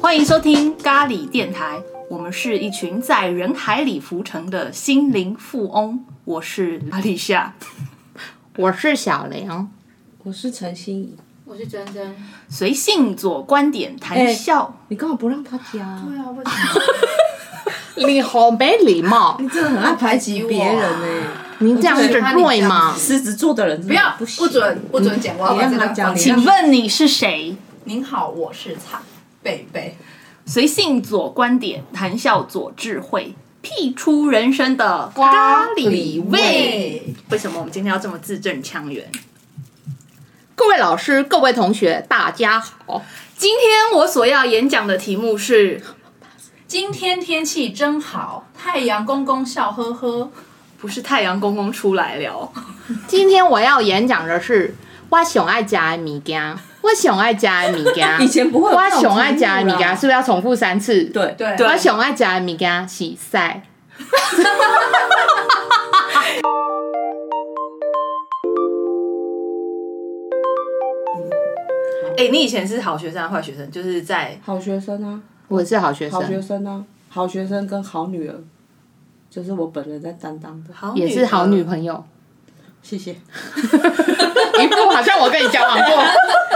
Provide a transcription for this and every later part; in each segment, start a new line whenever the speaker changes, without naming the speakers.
欢迎收听咖喱电台，我们是一群在人海里浮沉的心灵富翁。我是阿丽夏，
我是小梁，
我是陈心怡。
我是真真。
随性左观点谈
哎
笑。
你干嘛不让他讲？
对啊，为什么？
你好没
哎
礼貌，
你真的很爱排挤别人呢、
你这样子对吗？
狮子座的人不
不要，
不
不准，不准讲，我要
你
把
让
这
他
段
讲
放
你
弃
让
请问你是谁？
您好，我是蔡贝贝。
随性左观点谈笑左智慧，辟出人生的咖喱味。
喂，
为什么我们今天要这么字正腔圆？
各位老师、各位同学，大家好。
今天我所要演讲的题目是
今天天气真好，太阳公公笑呵呵。
不是太阳公公出来 了？
今天我要演讲的是我想爱加的米羹，我想爱加的米
以
羹，
前不会有
我
这种
想爱加的啊米
题目
羹，
啦
是不是要重复三次？，
对
对，
啊对
我想爱加的米羹是塞。
哎、你以前是好学生还是坏学生？就是在
好学生啊，
我是好学
好学
生，
生啊，好学生跟好女儿，就是我本人在担当的。
好
也
的
是好女朋友。
谢谢。
一副好像我跟你交往过，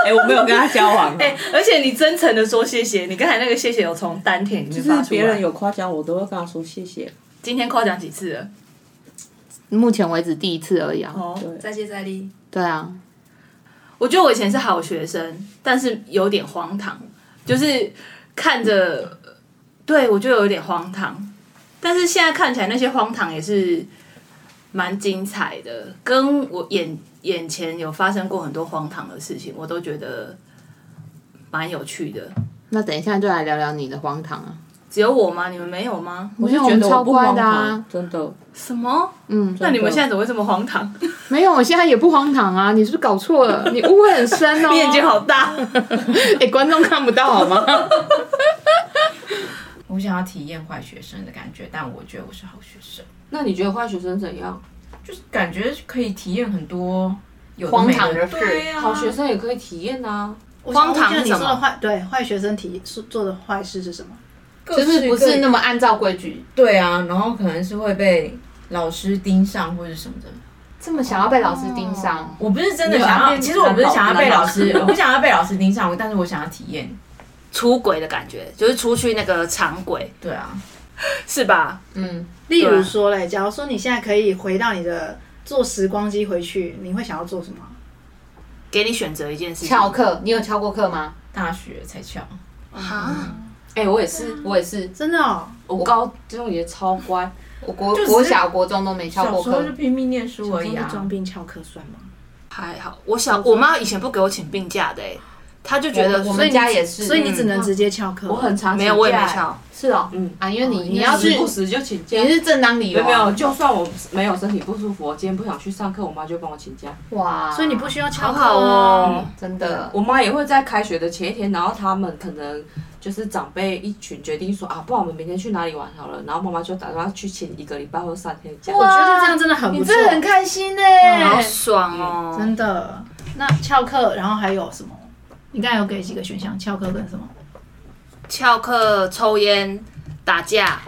哎、我没有跟他交往、
哎、而且你真诚的说谢谢，你刚才那个谢谢有从丹田里面
就
发
是
出
别人
来。
有夸奖我，都会跟他说谢谢。
今天夸奖几次了？
目前为止第一次而已啊。
哦，
对
再接再厉。
对啊，
我觉得我以前是好学生，但是有点荒唐，就是看着，对我觉得有点荒唐。但是现在看起来那些荒唐也是蛮精彩的，跟我眼眼前有发生过很多荒唐的事情，我都觉得蛮有趣的。
那等一下就来聊聊你的荒唐啊。
只有我吗？你们没有吗？
我
我就觉得我
超
不
乖
荒
的啊
唐，，真的。
什么？
嗯，
那你们现在怎么会这么荒唐？
没有，我现在也不荒唐啊！你是不是搞错了？你误会很深 哦。
你眼睛好 大。
哎、观众看不到好吗？
我想要体验坏学生的感觉，但我觉得我是好学生，
那你觉得坏学生怎样？
就是感觉可以体验很多有
荒唐的事
对啊，
好学生也可以体验啊。
荒唐是
你
什
说的
么？
坏对坏学生体做做的坏事是什么？
就是不是那么按照规矩，
对啊，然后可能是会被老师盯上或者什么的。
这么想要被老师盯上，
我不是真的想要，其实我不是想要被老师， 我不想要被老师盯上，但是我想要体验。
出轨的感觉，就是出去那个常轨，
对啊，
是吧？
嗯，
例如说嘞，假如说你现在可以回到你的坐时光机回去，你会想要做什么？
给你选择一件事情，
翘课，你有翘过课吗？
大学才翘，
啊，
哎、我也是，我也是，
真的哦，
我高中也超乖，我国
就只是
国小国中都没翘
小
过
时候
课
就，拼命念书而已啊。
装病翘课算吗？
还好。我小我妈以前不给我请病假的、欸，她就觉得
我们家也是，
所以你只能直接翘课。
我很常
没有，
请
我也
假
没
欸
翘。
是哦，
嗯
啊，因为你
哦
你要
时
去，
不时就请假
你。是正当理
没有
由啊，
没有，就算我没有身体不舒服，我今天不想去上课，我妈就帮我请假。
哇，
所以你不需要翘课、
好好哦，
啊真的，
我妈也会在开学的前一天，然后他们可能就是长辈一群决定说啊，不然我们明天去哪里玩好了，然后妈妈就打算去请一个礼拜或三天假。
我觉得这样真的很不错，
开心呢、
好爽哦、
真的。那翘课，然后还有什么？你刚才有给几个选项，翘课跟什么？
翘课、抽烟、打架，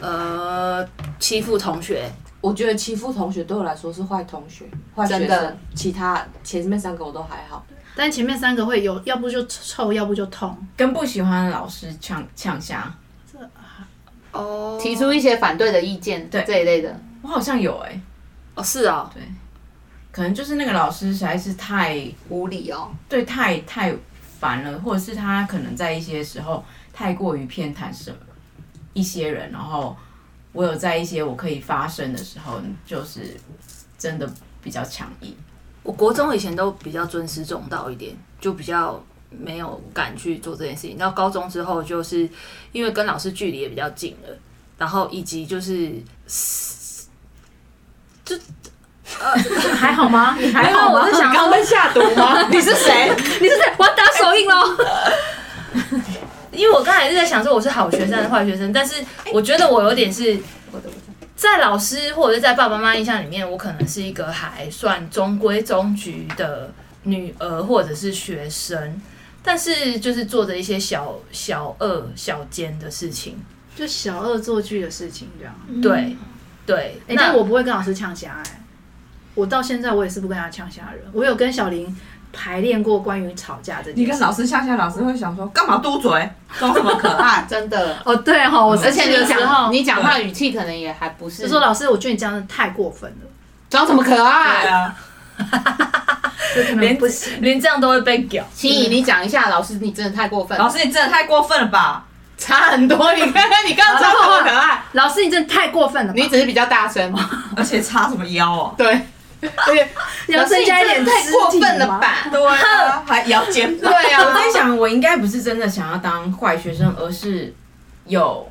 呃，欺负同学。
我觉得欺负同学对我来说是坏同学、坏学
真的
生，其他前面三个我都还好。
但前面三个会有，要不就臭，要不就痛。
跟不喜欢的老师呛呛下，
哦，
提出一些反对的意见，
对
这一类的，
我好像有哎、
哦是哦，
可能就是那个老师实在是太
无理哦。？
对太太烦了，或者是他可能在一些时候太过于偏袒什么一些人，然后我有在一些我可以发声的时候，就是真的比较强硬。
我国中以前都比较尊师重道一点，就比较没有敢去做这件事情。到高中之后，就是因为跟老师距离也比较近了，然后以及就是
还好吗？你还好吗？
我是想
刚被下毒吗？你是谁？
你是谁？我要打手印喽。因为我刚才是在想说我是好学生还是坏学生，但是我觉得我有点是在老师或者是在爸爸妈妈印象里面，我可能是一个还算中规中矩的女儿或者是学生，但是就是做着一些小小恶小奸的事情，
就小恶作剧的事情这样。
对对，
哎、
那
但我不会跟老师呛虾哎、我到现在我也是不跟他呛虾人。我有跟小林排练过关于吵架这件事。
你跟老师下下，老师会想说干嘛嘟嘴，装什么可爱
真的。
哦对哈、
嗯
我
而
生
且
气的
你
时
讲
候
你讲话语气可能也还不是，
就说老师，我觉得你这样子太过分了，
装什么可
对
爱。
啊，
就可能
连
不行。
连这样都会被屌，
心怡，你讲一下，老师你真的太过分了，
老师你真的太过分了 吧？
差很多。你看看你刚刚装什么可爱，
老师，你真的太过分了吧。
你只是比较大声。
而且插什么腰哦？
对，
要增加一
老
点
师你真的太
肢
过
体
分了
吗？
吧？
对啊，还摇肩膀。
对
我
啊，
在想，我应该不是真的想要当坏学生，而是有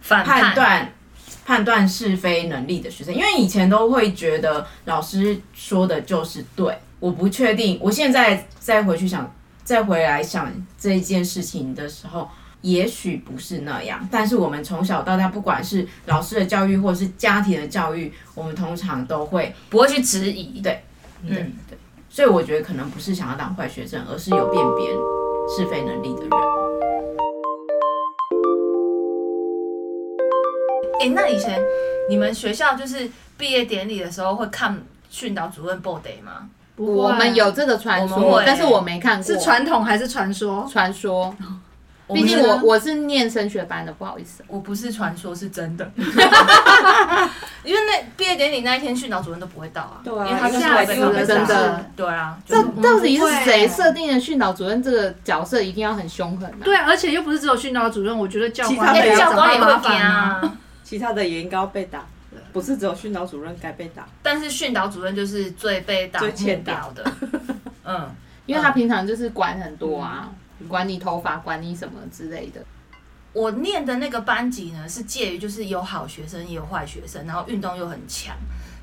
反
判
叛，
断判断是非能力的学生，因为以前都会觉得老师说的就是对。我不确定，我现在再回去想，再回来想这一件事情的时候，也许不是那样。但是我们从小到大，不管是老师的教育，或是家庭的教育，我们通常都会，
不会去质疑，
对，
嗯，
所以我觉得可能不是想要当坏学生，而是有辨别是非能力的人。
哎、那以前你们学校就是毕业典礼的时候会看训导主任 b o day 吗？
不会
我们有这个传
我们
说
会，
但是我没看过。
是传统还是传说？
传说，
们
毕竟
是
我我是念升学班的，不好意思。
我不是传说，是真的。 因为那毕业典礼那一天，训导主任都不会到啊，
对啊
因为他就是
吓
会
死
被
了，
真
真
的
的。
对啊，就
这
是
到底是谁
不会
设定的训导主任这个角色一定要很凶狠啊？
对啊，而且又不是只有训导主任，我觉得教官
其他的
也
哎
也
教官也
找到麻
会
烦
惊
啊。
啊，
其他的也应该要被打，不是只有训导主任该被打。
但是训导主任就是最被当
最欠
目标的，嗯，
因为他平常就是管很多啊，管你头发，管你什么之类的。
我念的那个班级呢，是介于就是有好学生也有坏学生，然后运动又很强，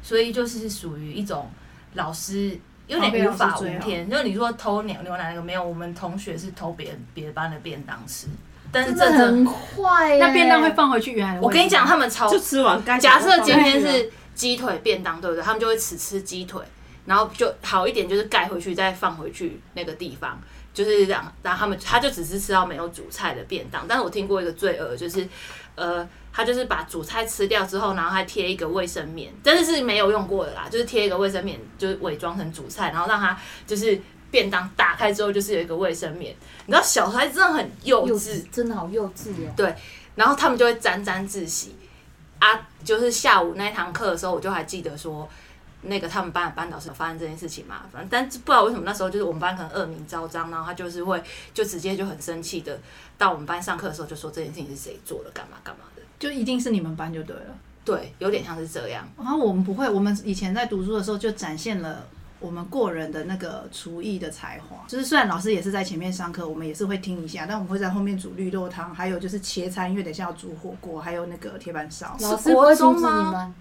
所以就是属于一种老师有
哦
点无法无天。就你说偷牛牛奶那个没有，我们同学是偷别人别班的便当吃，但是
真
这
的
这
很坏耶、
那便当会放回去原来的位置吗。
我跟你讲，他们超
就吃完该
假设今天是鸡腿便当，对不对？他们就会只吃鸡腿，然后就好一点就是盖回去再放回去那个地方，就是让让他们他就只是吃到没有主菜的便当。但是我听过一个罪恶，就是呃，他就是把主菜吃掉之后，然后还贴一个卫生棉，但是是没有用过的啦，就是贴一个卫生棉，就是伪装成主菜，然后让他就是。便当打开之后就是有一个卫生棉，你知道小孩子真的很幼
幼
稚
稚，，真的好幼稚哦、
然后他们就会沾沾自喜啊。就是下午那一堂课的时候，我就还记得说，那个他们班的班导师有发生这件事情嘛，反正但是不知道为什么那时候就是我们班可能恶名昭彰，然后他就是会就直接就很生气的到我们班上课的时候就说这件事情是谁做的，干嘛干嘛的。
就一定是你们班就对了。
对，有点像是这样。
然后我们不会，我们以前在读书的时候就展现了我们过人的那个厨艺的才华。就是虽然老师也是在前面上课，我们也是会听一下，但我们会在后面煮绿豆汤，还有就是切餐，因为等一下要煮火锅，还有那个铁板烧，
是
老师不会阻止你
国中
吗？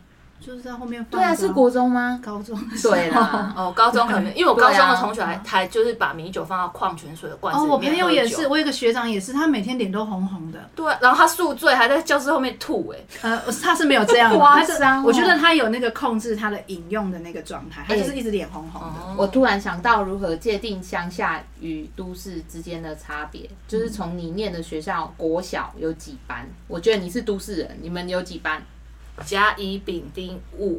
就是在后面放
对
着啊。
啊，是国中吗？
高中的时候
对啦，
哦，高中可能因为我
对
高
啊
中的同学还还就是把米酒放到矿泉水的罐子
哦，
里面
我朋友也
喝酒
是，。我有一个学长也是，他每天脸都红红的。
对，啊然后他宿醉还在教室后面吐、欸，
呃，他是没有这 样的，
夸
他是
张哦
我觉得他有那个控制他的饮用的那个状态，他就是
哎
一直脸红红的。
哦，
我突然想到如何界定乡下与都市之间的差别，就是从你念的学校国小有几班，我觉得你是都市人，你们有几班？
甲乙丙丁戊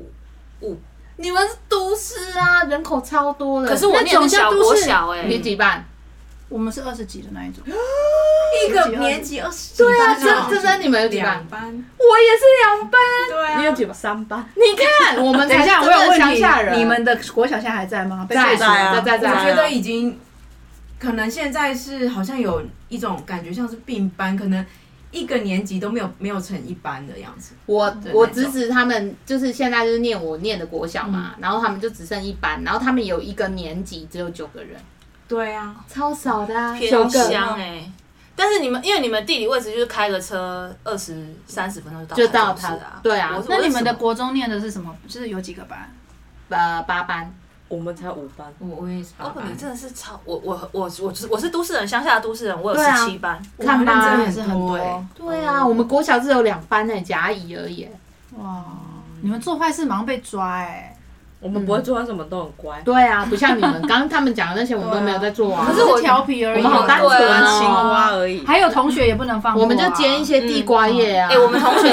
戊，
你们是都市啊，人口超多的。
可是我念的小国小、欸，
你几班？
我们是二十几的那一种，
一
个年
级二十，
对啊，
班
哦
啊
这这真你们有几班
两？班，
我也是两班。
对啊，
你有几班
三班，
你看，哎我们
等一
才
下，啊我
真的
有问
乡
题
下，人。
你们的国小现在还在吗？被
在
废除了
在在在
我
啊
觉得已经可能现在是好像有一种感觉，像是并班，可能一个年级都没有没有成一班的样子。
我
对
我
那种
侄子他们就是现在就是念我念的国小嘛，然后他们就只剩一班，然后他们有一个年级只有九个人，
对啊，
超少的、啊，九
偏
个
乡哎、但是你们因为你们地理位置就是开个车二十三十分钟
就
就
到
到台
他
中市啊，
对啊
我是
那你
我
们
是
的
什么
国中念的是什么？就是有几个班？
呃八班，
我们才五班，
我我也是八
哦，
班
你，真的是超我我我我是我是都市人，乡下的都市人，我有
对啊
十七班，
看
我们
吧，
认真
也是很
很多
多
欸。
对啊，我们国小只有两班呢，甲乙而已欸。
哇，你们做坏事马上被抓哎、
我们不会做坏事，我们都很乖。
对啊，不像你们刚刚他们讲的那些，我们都没有在做啊。
可是我
只调皮而已，
我们好单纯哦
对啊
青蛙而已
还有同学也不能放过啊、
我们就煎一些地瓜叶啊。
哎、我们同学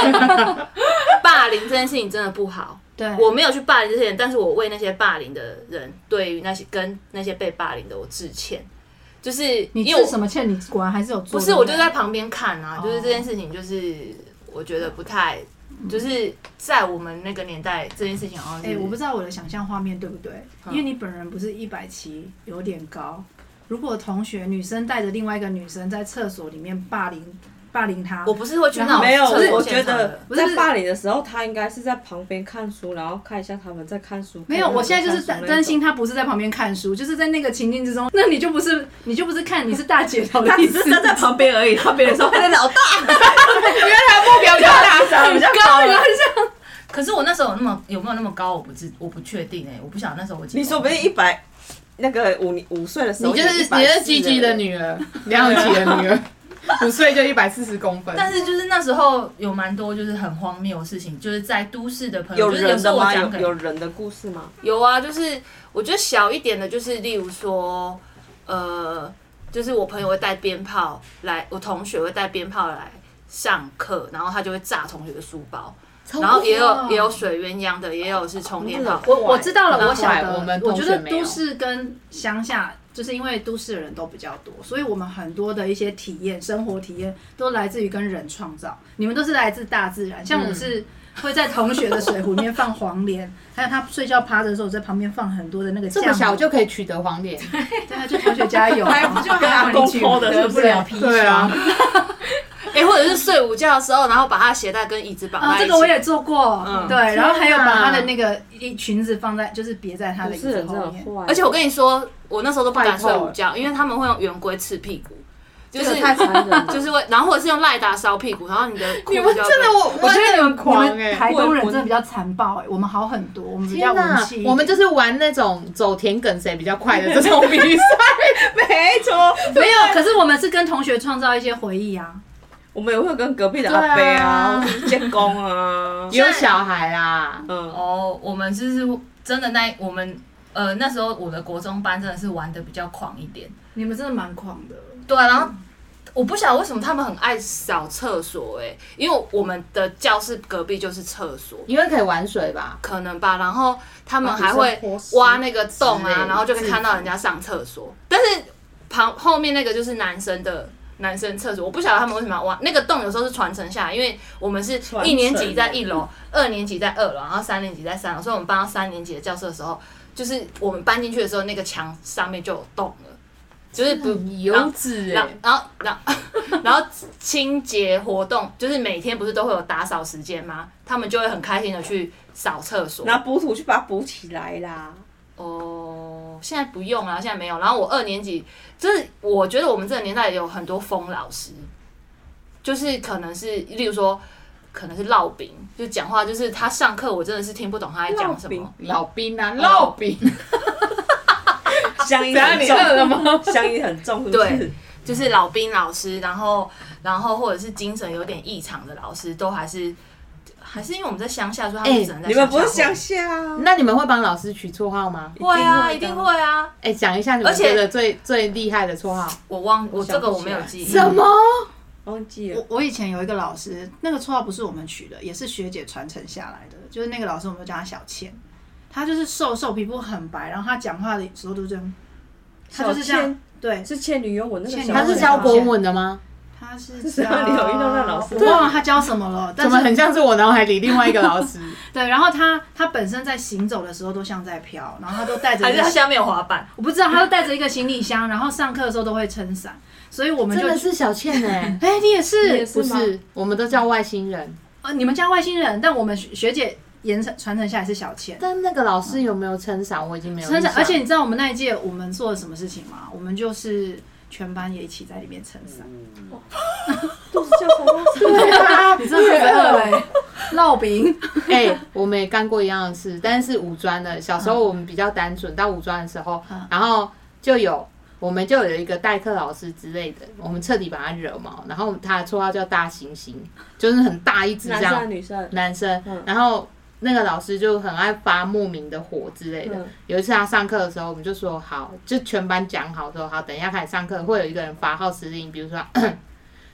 霸凌这件事情真的不好。
对，
我没有去霸凌这些人，但是我为那些霸凌的人，对于那些跟那些被霸凌的我致歉，就是
你
因为
吃
我
什么欠你果然还是有
不
做。
是，
对
我
对
就在旁边看啊，就是这件事情，就是我觉得不太，就是在我们那个年代，这件事情好像是
哎、我不知道我的想象画面对不对，因为你本人不是一百七，有点高。如果同学女生带着另外一个女生在厕所里面霸凌霸凌她，
啊我不是会去那
然
种
后
没有，
厕所
我
现
觉
场的
得
不是
在霸凌的时候，他应该是在旁边看书，然后看一下他们在看书。
没
看
有，
他们
我现在就是
在看书
担
那
担
种
心她不是在旁边看书，就是在那个情境之中，那你就不是你就不是看你是大姐头的
他
意
只
思
是，站在旁边而已，他别人 说他在老大，
表比较大 声，比较高了。
可是我那时候有那么有没有那么高，我不知我不确定哎、我不晓得那时候我几
你说不定一百那个五五岁的时候，
你就是
140
你是吉吉的
了
女儿，梁咏琪的女儿， 五岁就一百四十公分。
但是就是那时候有蛮多就是很荒谬的事情，就是在都市的朋友，
有
就是有
人
时候
的
我
吗？
讲
有
给
有人的故事吗？
有啊，就是我觉得小一点的，就是例如说，呃，就是我朋友会带鞭炮来，我同学会带鞭炮来上课，然后他就会炸同学的书包，然后也有也有水鸳鸯的，也有是充电
哦
炮。
我我知道了，
那
我晓
后来
得。
我们
我
同
觉
学
得
没有
都市跟乡下，就是因为都市的人都比较多，所以我们很多的一些体验、生活体验都来自于跟人创造。你们都是来自大自然，像我是会在同学的水壶里面放黄连，还有他睡觉趴着的时候，我在旁边放很多的那个
这
酱。
么小就可以取得黄连，
对啊，就同学加油啊。
跟阿公偷的，是
得
不
不
是？
了砒霜。
啊，
哎、或者是睡午觉的时候，然后把他的鞋带跟椅子绑在一
啊，这
起。
个我也做过，
嗯
对，然后还有把他的那个一裙子放在，就是别在他的
不
椅
是
子
人真
后
的
面。
坏，
而且我跟你说，我那时候都不敢
太痛
睡
了
午觉，因为他们会用圆规刺屁股，就
这
是
个太残忍了，
就是会，然后或者是用赖达烧屁股，然后你的裤
你
子
们
就要
真的
被
我
我，
觉得你们
狂
你们
哎
台东人真的比较残暴哎、我们好很多，我们比较
天
文
哪
气一，点。
我们就是玩那种走田埂谁比较快的这种比赛，
没错，
没有，可是我们是跟同学创造一些回忆啊。
我们也会跟隔壁的阿伯啊，或者是监工啊，
也有小孩啊啦，
嗯，
哦，我们就是真的那我们呃那时候我的国中班真的是玩的比较狂一点，
你们真的蛮狂的，
对啊、然后我不晓得为什么他们很爱扫厕所、欸，因为我们的教室隔壁就是厕所，
因为可以玩水吧，
可能吧。然后他们
把女
还
生
会
啊泼湿
挖那个洞
之类
啊，
的
然后就可以看到人家上厕所。但是旁后面那个就是男生的男生厕所，我不晓得他们为什么要挖那个洞。有时候是传承下来，因为我们是
传承
一年级在一楼，二年级在二楼，然后三年级在三楼，所以我们搬到三年级的教室的时候，就是我们搬进去的时候，那个墙上面就有洞了，就是不
很幼稚
然
哎
后，然后，然 后，然后清洁活动就是每天不是都会有打扫时间吗？他们就会很开心的去扫厕所。
拿补土去把它补起来啦。
哦，现在不用了，现在没有。然后我二年级，就是我觉得我们这个年代有很多疯老师，就是可能是，例如说，可能是烙饼，就讲话就是他上课我真的是听不懂他在讲什么
烙饼。
老兵啊，烙饼，
乡音
怎样
很
你饿了
重，
吗？
乡音很重，是不
对
是？
就是老兵老师，然后然后或者是精神有点异常的老师，都还是还是因为我们在乡下，所以他们
哎
只能在
你们不是
乡
乡
下
下啊？
那你们会帮老师取绰号吗？
混会啊，一
一定
定
会的
会啊。
哎，讲一下你们
而且
觉得最最厉害的绰号，
我忘我这
想不
个我没有
起来
记忆，
什么？
忘记了
我，我以前有一个老师，那个绰号不是我们取的，也是学姐传承下来的，就是那个老师，我们都叫她小倩。她就是瘦瘦，皮肤很白，然后她讲话的时候都这样，她就是这
小
样
倩。
对，
是倩女幽魂那个
倩女
小
幽
他
魂
是
倩
教国文的吗？
她是
是啊你有遇到那老师
我忘了她教什么了，但
怎
是
么很像是我脑海里另外一个老 师？
对，然后她她本身在行走的时候都像在飘，然后她都带着
还
一
是
个
他下面有滑板？
我不知道，他都带着一个行李箱，然后上课的时候都会撑伞，所以我们
真
就
的是小倩 哎，
哎、你也是
不是，我们都叫外星人。
啊？你们家外星人，但我们学学姐延承传承下来是小倩。
但那个老师有没有撑伞？我已经没有
撑
印
伞
象，
而 且你知道我们那一届我们做了什么事情吗？我们就是全班也一起在里面撑伞。
肚子叫什么？啊
对啊，你真的太饿了、欸，烙饼，
哎、我们也干过一样的事，但是五专的。小时候我们比较单纯，到五专的时候，然后就有我们就有一个代课老师之类的，我们彻底把他惹毛，然后他的绰号叫大猩猩，就是很大一只这
男生还
样
是，女生？
男生
嗯，
然后那个老师就很爱发莫名的火之类的。
嗯
有一次他上课的时候，我们就说好，就全班讲好说好，等一下开始上课会有一个人发号施令，比如说，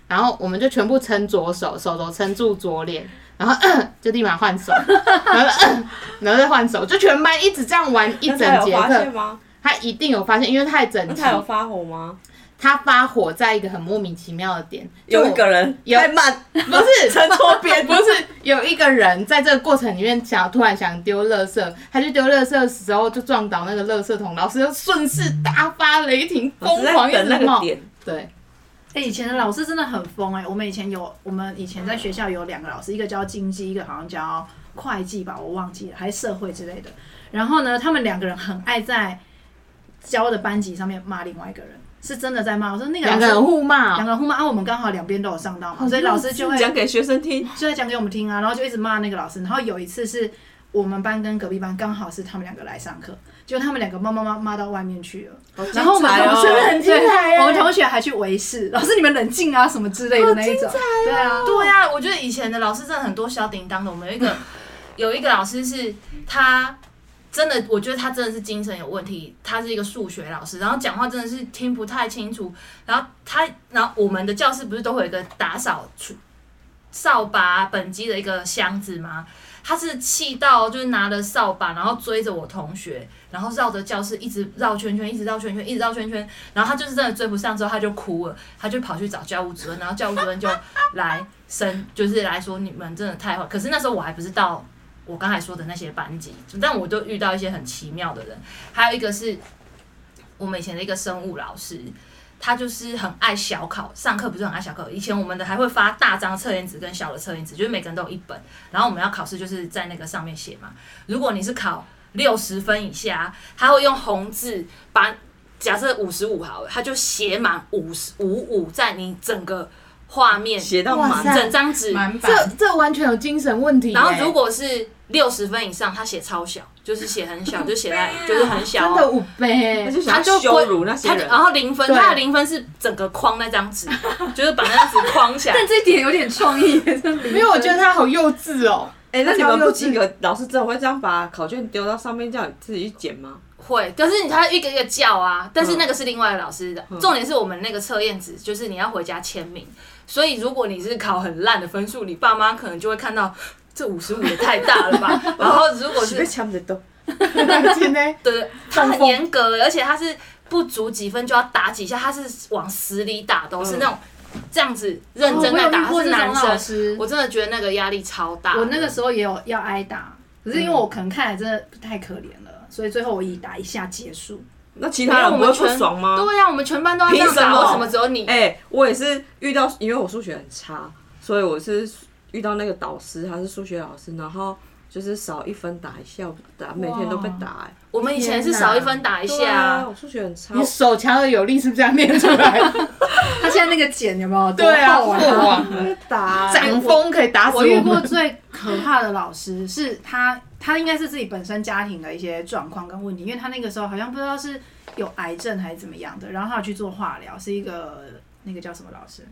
然后我们就全部撑左手，手肘撑住左脸，然后 就立马换手，然后 然后再换手，就全班一直这样玩一
那
整
他有
节
发现
课。
吗？
他一定有发现，因为太整
那
齐
他，有发火吗？
他发火在一个很莫名其妙的点，就我
人
有
慢，
不是
撑错边
不是有一个人在这个过程里面想要突然想丢垃圾，他去丢垃圾的时候就撞倒那个垃圾桶，老师就顺势大发雷霆，疯狂一直冒。
点。
对，
哎、以前的老师真的很疯哎、我们以前有，我们以前在学校有两个老师，一个叫经济，一个好像叫会计吧，我忘记了，还是社会之类的。然后呢，他们两个人很爱在教的班级上面骂另外一个人，是真的在骂。我说那个
两
老
个人
师。
互骂
两，个人互骂啊，我们刚好两边都有上到嘛，所以老师就会
啊
讲给学生听，
就在讲给我们听啊，然后就一直骂那个老师。然后有一次是我们班跟隔壁班刚好是他们两个来上课，结果他们两个骂骂骂骂到外面去了。
哦
然后我们同学
真的
很精彩我们同学还去围视，老师你们冷静啊什么之类的那一种。对啊，
对呀、我觉得以前的老师真的很多小叮当的。我们有一个有一个老师是他真的，我觉得他真的是精神有问题。他是一个数学老师，然后讲话真的是听不太清楚。然后他，然后我们的教室不是都会有一个打扫除扫把本机的一个箱子吗？他是气到就是拿了扫把，然后追着我同学，然后绕着教室一直绕圈圈，一直绕圈圈，一直绕圈圈。然后他就是真的追不上之后，他就哭了，他就跑去找教务主任，然后教务主任就来生，就是来说你们真的太坏。可是那时候我还不知道我刚才说的那些班级，但我都遇到一些很奇妙的人。还有一个是我们以前的一个生物老师。他就是很爱小考，上课不是很爱小考。以前我们的还会发大张测验纸跟小的测验纸，就是每个人都有一本，然后我们要考试就是在那个上面写嘛。如果你是考六十分以下，他会用红字把假设五十五好了，他就写满五十五五在你整个画面
写到
哇
满
塞
整张纸。
满版
这这完全有精神问题耶。
然后如果是六十分以上，他写超小，就是写很小，就写 在
啊
就是很小
真
哦、
的五倍
他，就想
他
要
就
羞辱那些
他就
人
然。后零分，
对
他的零分是整个框那张纸，就是把那张纸框起来。
但这一点有点创意，
因为我觉得他好幼稚哦。
哎，那
他
你
超
们不
幼稚
及格，老师真的会这样把考卷丢到上面，叫你自己去捡吗？
会，可是你他一个一个叫啊，但是那个是另外一个老师的。
嗯
重点是我们那个测验纸，就是你要回家签名。所以如果你是考很烂的分数，你爸妈可能就会看到这五十五也太大 了吧。然后如果是
抢着动，
今天
对，他
中
很
风
严格，而且他是不足几分就要打几下，他是往死里打，都是
嗯
那种这样子认真
哦我
的
有
打。
遇过
他是
这种
男
老
生，
师，
我真的觉得那个压力超大。
我那个时候也有要挨打，可是因为我可能看来真的太可怜了，所以最后我以打一下结束。
那其他人不会不爽吗？
对呀、啊我们全班都要这样
凭什
打，
么
为什么只有你？
哎、我也是遇到，因为我数学很差，所以我是遇到那个导师，他是数学老师，然后就是少一分打一下，我打每天都被打、哎
我们以前是
天哪
少一分打一
对
下、
啊，我数学很差
你。手强而有力，是不是这样念出来？
他现在那个茧有没有？
对啊，
多厚
过往
被打、哎
掌风可以打
啊
死
我遇
我
过
们。
最可怕的老师是他，他应该是自己本身家庭的一些状况跟问题，因为他那个时候好像不知道是有癌症还是怎么样的，然后他有去做化疗，是一个那个叫什么老师，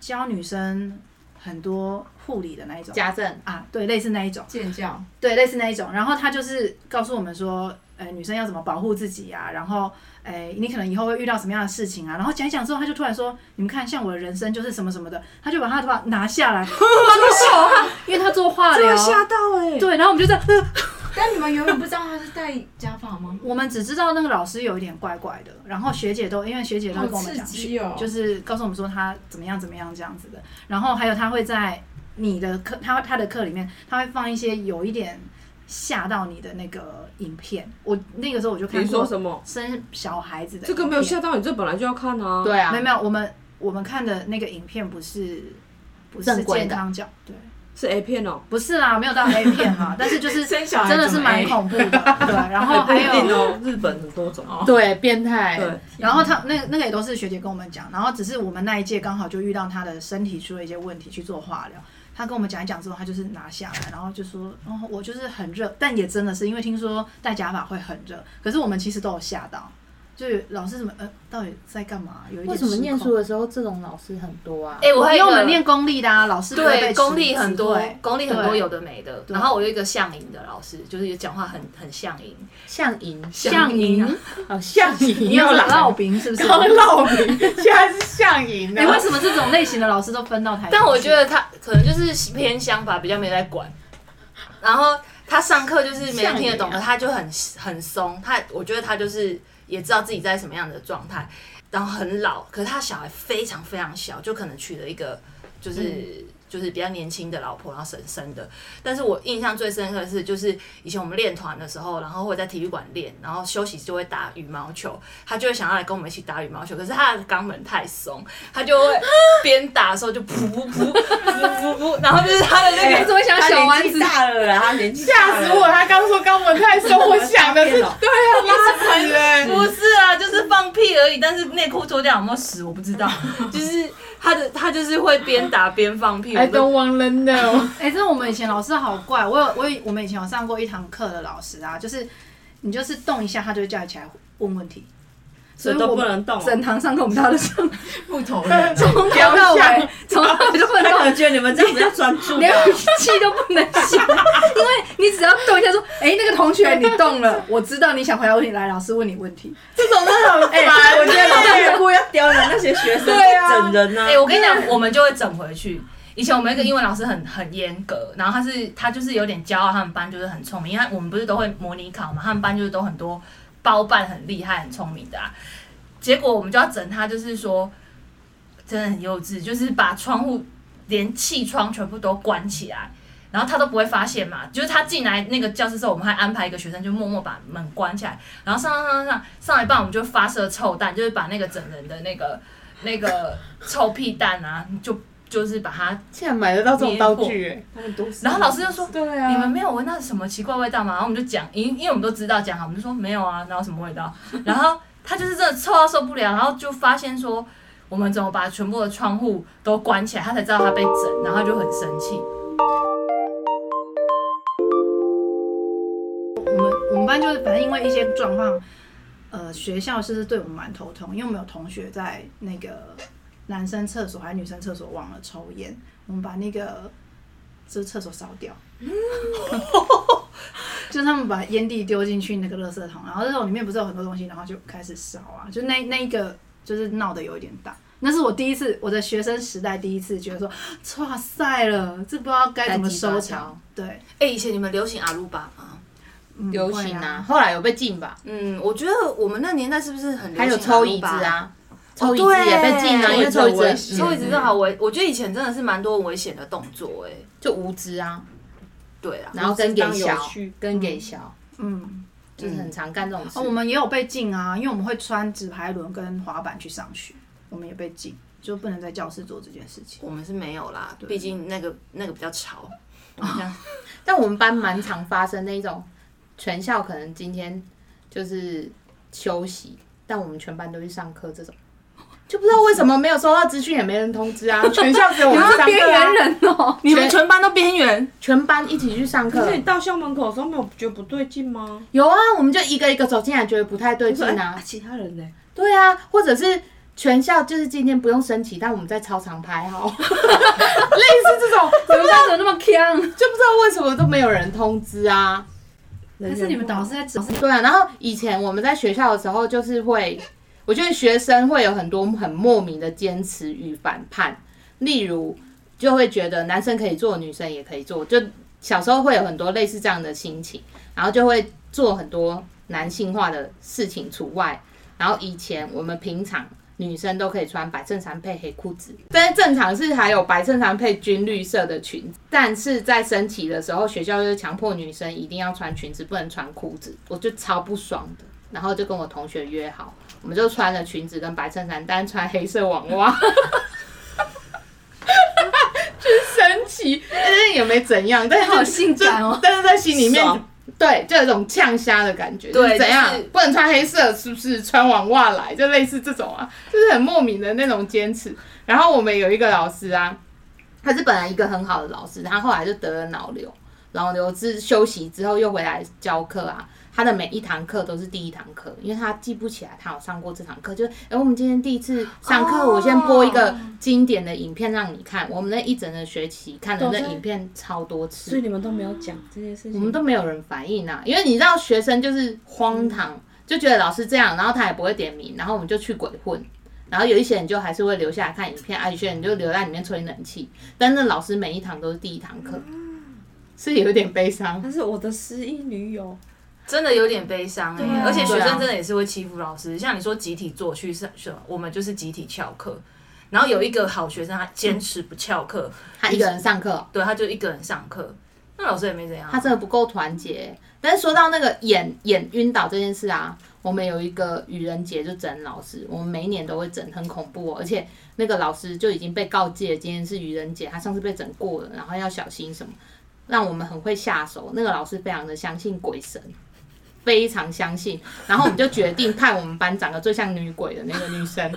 教女生很多护理的那一种
家政
啊，对，类似那一 种。
建教，
对，类似那一种。然后他就是告诉我们说，呃，女生要怎么保护自己啊，然后，哎，你可能以后会遇到什么样的事情啊。然后讲一讲之后，他就突然说，你们看，像我的人生就是什么什么的，他就把他的头发拿 下来，我的手汗，因为他做化
真
疗
的。吓到哎、
对，然后我们就在，呃
但你们原本不知道他是戴假发吗？
我们只知道那个老师有一点怪怪的，然后学姐都因为学姐都会跟我们
好
讲，
刺激哦
就是告诉我们说他怎么样怎么样这样子的，然后还有他会在你的课，他他的课里面他会放一些有一点吓到你的那个影片，我那个时候我就看
你
过
说什么？
生小孩子的
这个没有
影片
吓到你，这本来就要看啊。
对啊
没有，没有，我们我们看的那个影片不是不是
正规
健
的
康教对。
是 A 片哦、
不是啦，没有到 A 片啦，但是就是
生小孩
真的是
怎么 A？
蛮恐怖的，对。然后还有
不一定哦、日本很多种。
对变态，
对，
然后他那那个也都是学姐跟我们讲，然后只是我们那一届刚好就遇到他的身体出了一些问题去做化疗，他跟我们讲一讲之后，他就是拿下来，然后就说，哦，我就是很热，但也真的是因为听说戴假发会很热，可是我们其实都有吓到，就是老师什么，呃，到底在干嘛？有一点
为什么
失
念
控
书？的时候这种老师很多啊？
哎、我
因
还
为
有
我
一个
们念公立的啊，老师不会
对
被
公
指
立很多
指挥，
公立很多
对
有的没的。
对
然后我有一个相营的老师，就是也讲话很很相营，
像银，
像银啊
哦，像银
你有
又来
烙饼是不是？
刚烙饼，现在是像银啊
哎、为
的。
什么这种类型的老师都分到台？
但我觉，得他可能就是偏乡吧，比较没在管。然后他上课就是没人听得懂，
像你
可
啊
他就很很松。他我觉得他就是也知道自己在什么样的状态，然后很老。可是他小孩非常非常小，就可能娶了一个就是、
嗯
就是比较年轻的老婆，然后生生的。但是我印象最深刻的是，就是以前我们练团的时候，然后会在体育馆练，然后休息就会打羽毛球，他就会想要来跟我们一起打羽毛球，可是他的肛门太松，他就会边打的时候就噗噗噗噗噗噗，然后就是他的
哎
那
你
个
怎么想小
他
丸
年纪
子？
大了啦，他年纪
吓死我！他刚说肛门太松，我想的 是对啊，拉屎哎，
不是啊，就是放屁而已，但是内裤脱掉有没有屎我不知道，就是他的他就是会边打边放屁，我
I
都
don't wanna know。
哎、这我们以前老师好怪，我有我有我们以前有上过一堂课的老师啊，就是你就是动一下，他就会叫你起来问问题。
所以
我
都不
们
能动哦。
整堂上课我们大家都 上，
不投人啊，
从头到尾，从头到尾就不能
他
动
可，能觉得你们这样比较专 注吧
连。气都不能吸，因为你只要动一下说，哎、那个同学你动了，我知道你想回答问题，来，老师问你问题。哎
这种真的很烦，我觉得老师也故意要刁难那些学生，
对啊
整人呐
哎、。我跟你讲，我们就会整回去。以前我们有一个英文老师很很严格，然后他是他就是有点骄傲，他们班就是很聪明，因为我们不是都会模拟考嘛，他们班就是都很多包办很厉害、很聪明的啊。结果我们就要整他，就是说真的很幼稚，就是把窗户连气窗全部都关起来，然后他都不会发现嘛。就是他进来那个教室之后，我们还安排一个学生就默默把门关起来，然后上上上上上一半，我们就发射臭弹，就是把那个整人的那个那个臭屁蛋啊，就就是把它。
竟然买得到这种道具 哎！
他们都是
然后老师就啊说。
对
你们，没有闻到什么奇怪味道吗？然后我们就讲，因因为我们都知道讲好，我们就说没有啊，然后什么味道？然后他就是真的臭到受不了，然后就发现说我们怎么把全部的窗户都关起来，他才知道他被整，然后他就很生气。
我们我们班就是反正因为一些状况，呃，学校是对我们蛮头痛，因为我们有同学在那个男生厕所还是女生厕所忘了抽烟，我们把那个就是厕所烧掉， 就是他们把烟蒂丢进去那个垃圾桶，然后那时候里面不是有很多东西，然后就开始烧啊，就那那一个就是闹得有一点大。那是我第一次，我的学生时代第一次觉得说，哇塞了，这不知道该怎么收
该急吧
场。对，
哎、以前你们流行阿鲁巴吗？
嗯
流
会
行
啊
啊，后来有被禁吧？
嗯，我觉得我们那年代是不是很
还有抽椅子？啊，抽椅子也被禁
哦
啊，
对
因为抽椅子
所以真的好危，我觉得以前真的是蛮多危险的动作、哎，
就无知啊，
对啊，
然后跟给
当有
小
趣，
跟给小，
嗯。
就是很常干这种事
哦，。我们也有被禁啊，因为我们会穿直排轮跟滑板去上学，我们也被禁，就不能在教室做这件事情。
我们是没有啦，
对
毕竟那个那个比较吵。哦
但我们班蛮常发生那种，全校可能今天就是休息，但我们全班都去上课这种。就不知道为什么没有收到资讯，也没人 通知啊！全校只有我们上课啊，
人哦，
你们全班都边缘，
全班一起去上
可
课
是。你到校门口的时候没有觉得不对劲吗？
有啊，我们就一个一个走进来，觉得不太 对劲
哎
啊。
其他人呢？
对啊，或者是全校就是今天不用升旗，但我们在操场 拍 好，类似这种，
你们班怎么那么强？
就不知道为什么都没有人通知啊。
但是你们导师在指
对啊，然后以前我们在学校的时候，就是会，我觉得学生会有很多很莫名的坚持与反叛，例如就会觉得男生可以做，女生也可以做，就小时候会有很多类似这样的心情，然后就会做很多男性化的事情除外。然后以前我们平常女生都可以穿白衬衫配黑裤子，但是正常是还有白衬衫配军绿色的裙子，但是在升旗的时候，学校就是强迫女生一定要穿裙子，不能穿裤子，我就超不爽的。然后就跟我同学约好，我们就穿了裙子跟白衬衫，但是穿黑色网 袜，去升旗，但是也没怎样，但 是
好性感哦
就 但是在心里面
爽
对，就有一种呛虾的感觉，就是
对
怎样
就是
不能穿黑色，是不是穿网袜来，就类似这种啊，就是很莫名的那种坚持。然后我们有一个老师啊，他是本来一个很好的老师，他后来就得了脑瘤，脑瘤之休息之后又回来教课啊。他的每一堂课都是第一堂课，因为他记不起来他有上过这堂课，就是哎、我们今天第一次上课，
哦
我先播一个经典的影片让你看。我们那一整个学期看了
懂
那
所以
影片超多次，
所以你们都没有讲这件事情。
我们都没有人反应啊，因为你知道学生就是荒唐，就觉得老师这样，然后他也不会点名，然后我们就去鬼混。然后有一些人就还是会留下来看影片，啊，有些人就留在里面吹冷气。但那老师每一堂都是第一堂课，是有点悲伤。
她是我的失忆女友，
真的有点悲伤哎、
对啊
而且学生真的也是会欺负老师，像你说集体作去上学，我们就是集体翘课。然后有一个好学生，他坚持不翘课，
他一个人上课哦，
对，他就一个人上课，那老师也没怎样啊。
他真的不够团结。但是说到那个眼眼晕倒这件事啊，我们有一个愚人节就整老师，我们每一年都会整，很恐怖哦。而且那个老师就已经被告诫，今天是愚人节，他上次被整过了，然后要小心什么，让我们很会下手。那个老师非常的相信鬼神。非常相信，然后我们就决定派我们班长得最像女鬼的那个女生，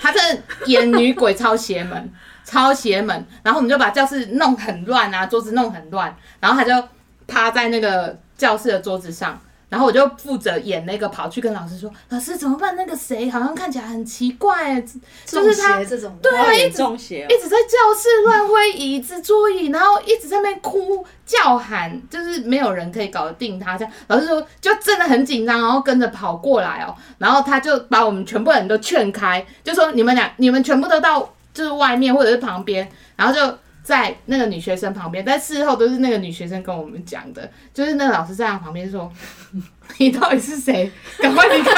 她真的演女鬼超邪门，超邪门。然后我们就把教室弄很乱啊，桌子弄很乱，然后她就趴在那个教室的桌子上，然后我就负责演那个跑去跟老师说：“老师怎么办？那个谁好像看起来很奇怪，欸就是他
中邪这种
对
的，
啊，一
严
直
重邪哦
一直在教室乱挥椅子、桌椅，然后一直在那边哭叫喊，就是没有人可以搞得定他。这样老师说就真的很紧张，然后跟着跑过来哦，然后他就把我们全部人都劝开，就说你们俩你们全部都到就是外面或者是旁边，然后就。在那个女学生旁边，但事后都是那个女学生跟我们讲的，就是那个老师在她旁边说：“你到底是谁？赶快离开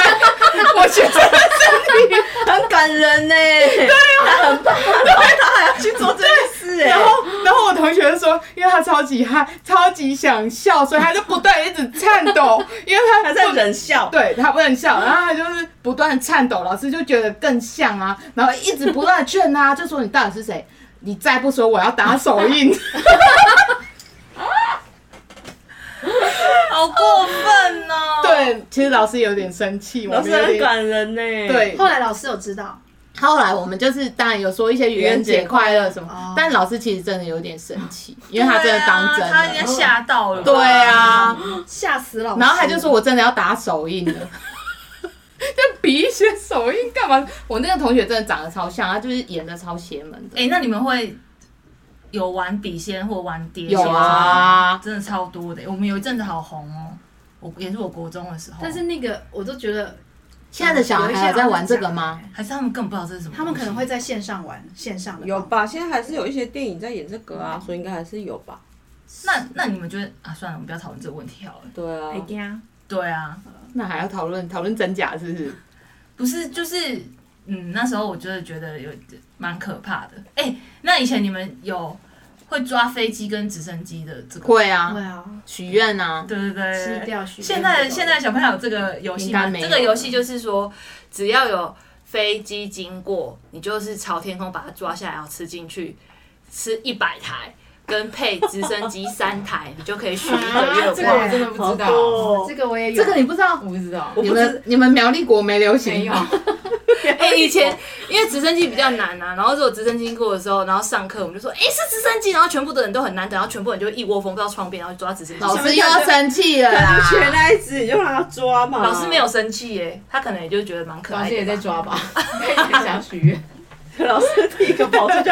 我学生的身体！”
很感人呢、对她很怕，她还要去做这件事哎、
啊然后，然后我同学就说，因为他超级嗨，超级想笑，所以他就不断地一直颤抖，因为他
还在忍笑，
对他不能笑，然后他就是不断的颤抖，老师就觉得更像啊，然后一直不断的劝他，就说你到底是谁？你再不说，我要打手 印。
好过分哦！，
对，其实老师有点生气，我
老
们
师
有
很
点
感人呢、欸。
对。
后来老师有知道，
后来我们就是当然有说一些愚人节快乐什么
哦，
但老师其实真的有点生气，因为他真的当真
啊他应该
了。
吓到了。
对，啊，
吓死老师。
然后他就说我真的要打手印 了，就比一些手印干嘛？我那个同学真的长得超像，他就是演的超邪门的。
哎、那你们会有玩笔仙或玩碟仙
有啊，
真的超多的。我们有一阵子好红哦，我也是我国中的时候，
但是那个我都觉得
现在的小孩还有在玩这个吗？？
还是他们根本不知道这是什么东西，
他嗯们可能会在线上玩线上的
有
吧。
吧？现在还是有一些电影在演这个啊，所以应该还是有吧？
那那你们觉得啊？算了，我们不要讨论这个问题好了。
对啊，
哎呀，
对啊，
那还要讨论讨论真假是不是？
不是就是嗯，那时候我就是觉得有蛮可怕的。哎、那以前你们有会抓飞机跟直升机的这个？
会啊
对，啊，
许愿啊，
对对
吃
对。
掉许
现在
愿
现在小朋友有这个游戏
应
吗
该？没
这
有
个游戏就是说，只要有飞机经过，你就是朝天空把它抓下来，然后吃进去，吃一百台，跟配直升机三台，你就可以许一个
啊
愿
这个
望
我。真的不知道，
这个我也有，
这个你不知道
我，不知道，
你们你们苗栗国没流行？
没有，
哎、以前因为直升机比较难啊，然后如果直升机经过的时候，然后上课我们就说，哎、是直升机，然后全部的人都很难等，然后全部人就一窝蜂到窗边，然后就抓直升机。
老师又要生气了
他
啦
就。缺那一只，你就让他抓嘛。
老师没有，生气耶、他可能也就觉得蛮可
老
爱
师
的
也在
吧。
抓吧， 他也想许愿。
老师第一个跑出去，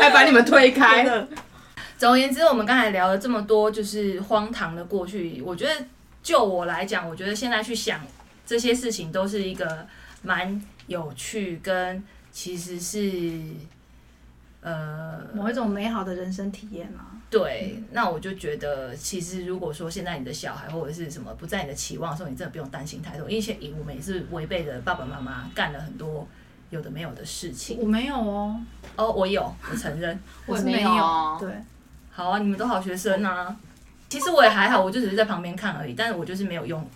还把你们推开
真。的
总而言之，我们刚才聊了这么多，就是荒唐的过去。我觉得，就我来讲，我觉得现在去想这些事情，都是一个蛮有趣，跟其实是呃
某一种美好的人生体验啊。
对，那我就觉得，其实如果说现在你的小孩或者是什么不在你的期望的时候，你真的不用担心太多，因为现在我们也是违背着爸爸妈妈干了很多有的没有的事情。
我没有哦，
哦，我有，我承认。
我是
我也没有
有，对，
好啊，你们都好学生啊。其实我也还好，我就只是在旁边看而已，但是我就是没有勇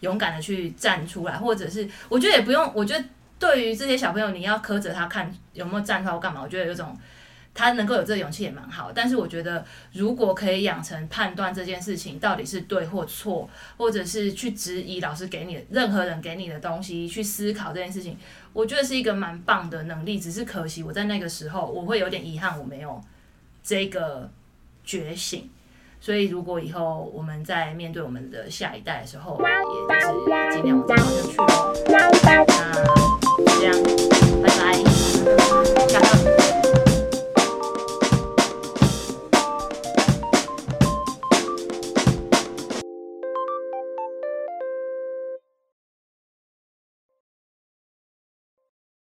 勇敢的去站出来，或者是我觉得也不用，我觉得对于这些小朋友，你要苛责他看有没有站出来或干嘛，我觉得有种他能够有这个勇气也蛮好。但是我觉得，如果可以养成判断这件事情到底是对或错，或者是去质疑老师给你的任何人给你的东西，去思考这件事情，我觉得是一个蛮棒的能力。只是可惜我在那个时候，我会有点遗憾，我没有这个觉醒。所以，如果以后我们在面对我们的下一代的时候，也是尽量往这个方向去了。那这样，拜拜，下课。